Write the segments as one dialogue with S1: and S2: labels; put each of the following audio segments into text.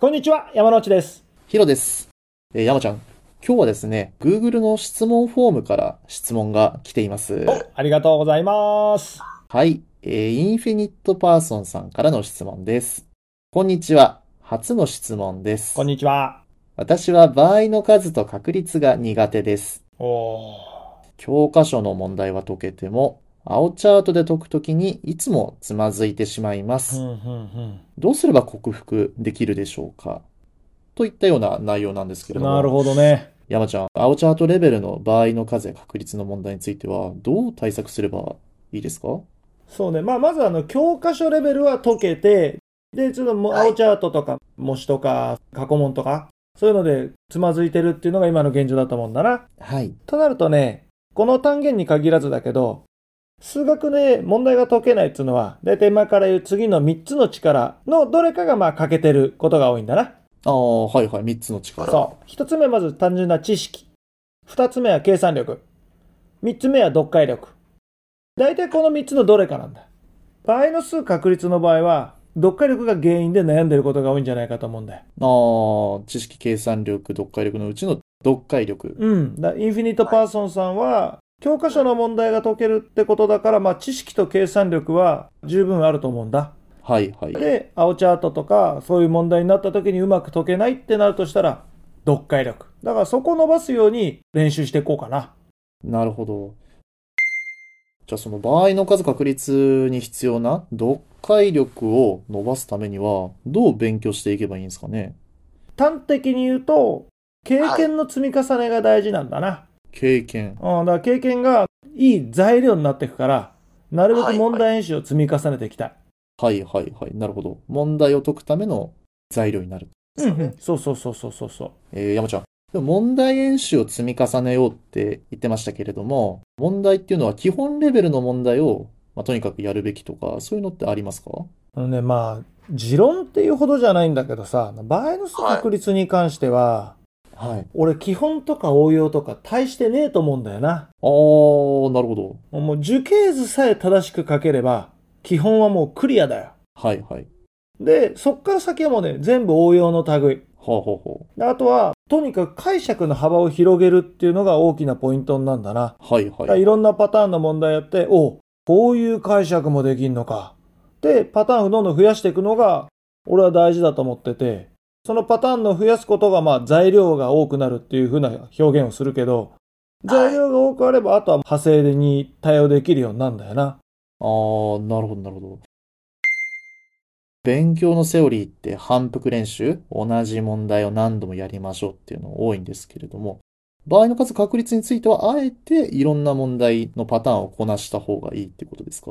S1: こんにちは、山之内です。
S2: ヒロです。えー、山ちゃん、今日はですね、Google の質問フォームから質問が来ています。
S1: ありがとうございます。
S2: はい、えー、インフィニットパーソンさんからの質問です。こんにちは。初の質問です。
S1: こんにちは。
S2: 私は場合の数と確率が苦手です。
S1: おー
S2: 教科書の問題は解けても、青チャートで解くときにいつもつまずいてしまいま
S1: ふ
S2: す。
S1: んふんふん
S2: どうすれば克服できるでしょうかといったような内容なんですけれども。
S1: なるほどね。
S2: 山ちゃん、青チャートレベルの場合の数や確率の問題については、どう対策すればいいですか
S1: そうね。まあ、まずあの、教科書レベルは解けて、で、ちょっともう青チャートとか、模試とか、過去問とか、そういうのでつまずいてるっていうのが今の現状だと思うんだな。
S2: はい。
S1: となるとね、この単元に限らずだけど、数学で問題が解けないっていうのは、大体今から言う次の3つの力のどれかがまあ欠けてることが多いんだな。
S2: ああ、はいはい、3つの力。
S1: そう。一つ目まず単純な知識。二つ目は計算力。三つ目は読解力。大体この三つのどれかなんだ。倍の数確率の場合は、読解力が原因で悩んでることが多いんじゃないかと思うんだよ。
S2: ああ、知識、計算力、読解力のうちの読解力。
S1: うん。だインフィニットパーソンさんは、教科書の問題が解けるってことだから、まあ知識と計算力は十分あると思うんだ。
S2: はいはい。
S1: で、青チャートとか、そういう問題になった時にうまく解けないってなるとしたら、読解力。だからそこを伸ばすように練習していこうかな。
S2: なるほど。じゃあその場合の数確率に必要な読解力を伸ばすためには、どう勉強していけばいいんですかね
S1: 端的に言うと経験の積み重ねが大事なんだな、
S2: 経験。
S1: うん、だから経験がいい材料になっていくからなるべく問題演習を積み重ねていきたい、
S2: はいはいはい。なるほど。問題を解くための材料になる。
S1: うんうんそうそうそうそうそうそう
S2: えー山ちゃん。でも問題演習を積み重ねようって言ってましたけれども、問題っていうのは基本レベルの問題を、まあ、とにかくやるべきとか、そういうのってありますか
S1: あのねまあ持論っていうほどじゃないんだけどさ倍の数確率に関しては、
S2: はい。
S1: 俺基本とか応用とか大してねえと思うんだよな
S2: あー、なるほど。
S1: もう樹形図さえ正しく書ければ基本はもうクリアだよ
S2: はいはい。
S1: でそっから先はもうね全部応用の類
S2: ほうほうほ
S1: であとは、とにかく解釈の幅を広げるっていうのが大きなポイントなんだな。
S2: う。はい
S1: だ
S2: は
S1: から
S2: い。
S1: いろんなパターンの問題やって、おうこういう解釈もできんのか。で、パターンをどんどん増やしていくのが、俺は大事だと思ってて、そのパターンの増やすことが、まあ、材料が多くなるっていう風な表現をするけど、材料が多くあれば、あとは派生に対応できるようになるんだよな。
S2: あー、なるほどなるほど。勉強のセオリーって反復練習、同じ問題を何度もやりましょうっていうの多いんですけれども、場合の数確率については、あえていろんな問題のパターンをこなした方がいいってことですか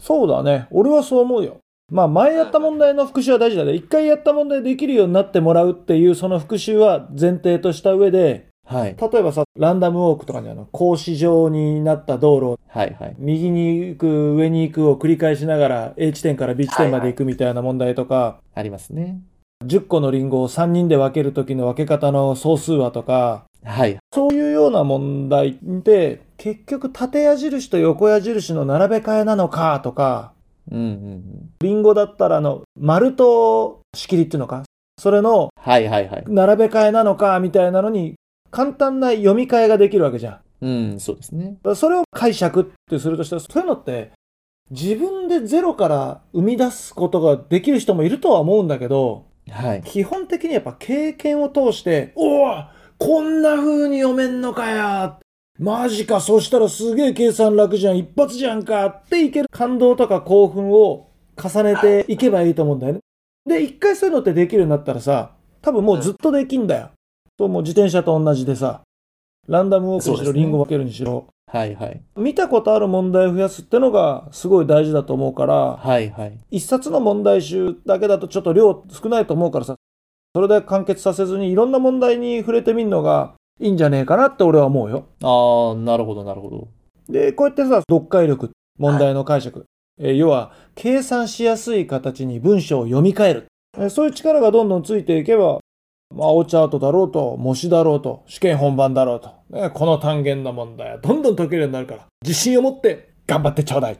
S1: そうだね。俺はそう思うよ。まあ、前やった問題の復習は大事だね。一回やった問題できるようになってもらうっていう、その復習は前提とした上で、
S2: はい。
S1: 例えばさ、ランダムウォークとかにあの、格子状になった道路を
S2: はいはい。
S1: 右に行く、上に行くを繰り返しながら、A 地点から B 地点まで行くみたいな問題とか、
S2: ありますね。
S1: 10個のリンゴを3人で分ける時の分け方の総数はとか、
S2: はい。
S1: そういうような問題って、結局縦矢印と横矢印の並べ替えなのかとか、
S2: うんうんうん。
S1: リンゴだったらあの丸と仕切りっていうのかそれの
S2: はいはいはい。
S1: 並べ替えなのかみたいなのに簡単な読み替えができるわけじゃん。だか
S2: うん、そうですね。
S1: らそれを解釈ってするとしたらそういうのって自分でゼロから生み出すことができる人もいるとは思うんだけど
S2: はい。
S1: 基本的にやっぱ経験を通して「おおこんな風に読めんのかよ!」マジかそしたらすげえ計算楽じゃん一発じゃんかっていける感動とか興奮を重ねていけばいいと思うんだよね。で一回そういうのってできるようになったらさ多分もうずっとできんだよ。そうもう自転車と同じでさランダムウォークにし
S2: そう
S1: ろ
S2: ですね
S1: リンゴ分けるにしろ、
S2: はいはい。
S1: 見たことある問題を増やすってのがすごい大事だと思うから
S2: はいはい。
S1: 一冊の問題集だけだとちょっと量少ないと思うからさそれで完結させずにいろんな問題に触れてみるのがいいんじゃねえかなって俺は思うよ
S2: あー、なるほどなるほど。
S1: でこうやってさ読解力問題の解釈、えー要は計算しやすい形に文章を読み替える、えーそういう力がどんどんついていけばまあ青チャートだろうと模試だろうと試験本番だろうと、ねこの単元の問題はどんどん解けるようになるから自信を持って頑張ってちょうだい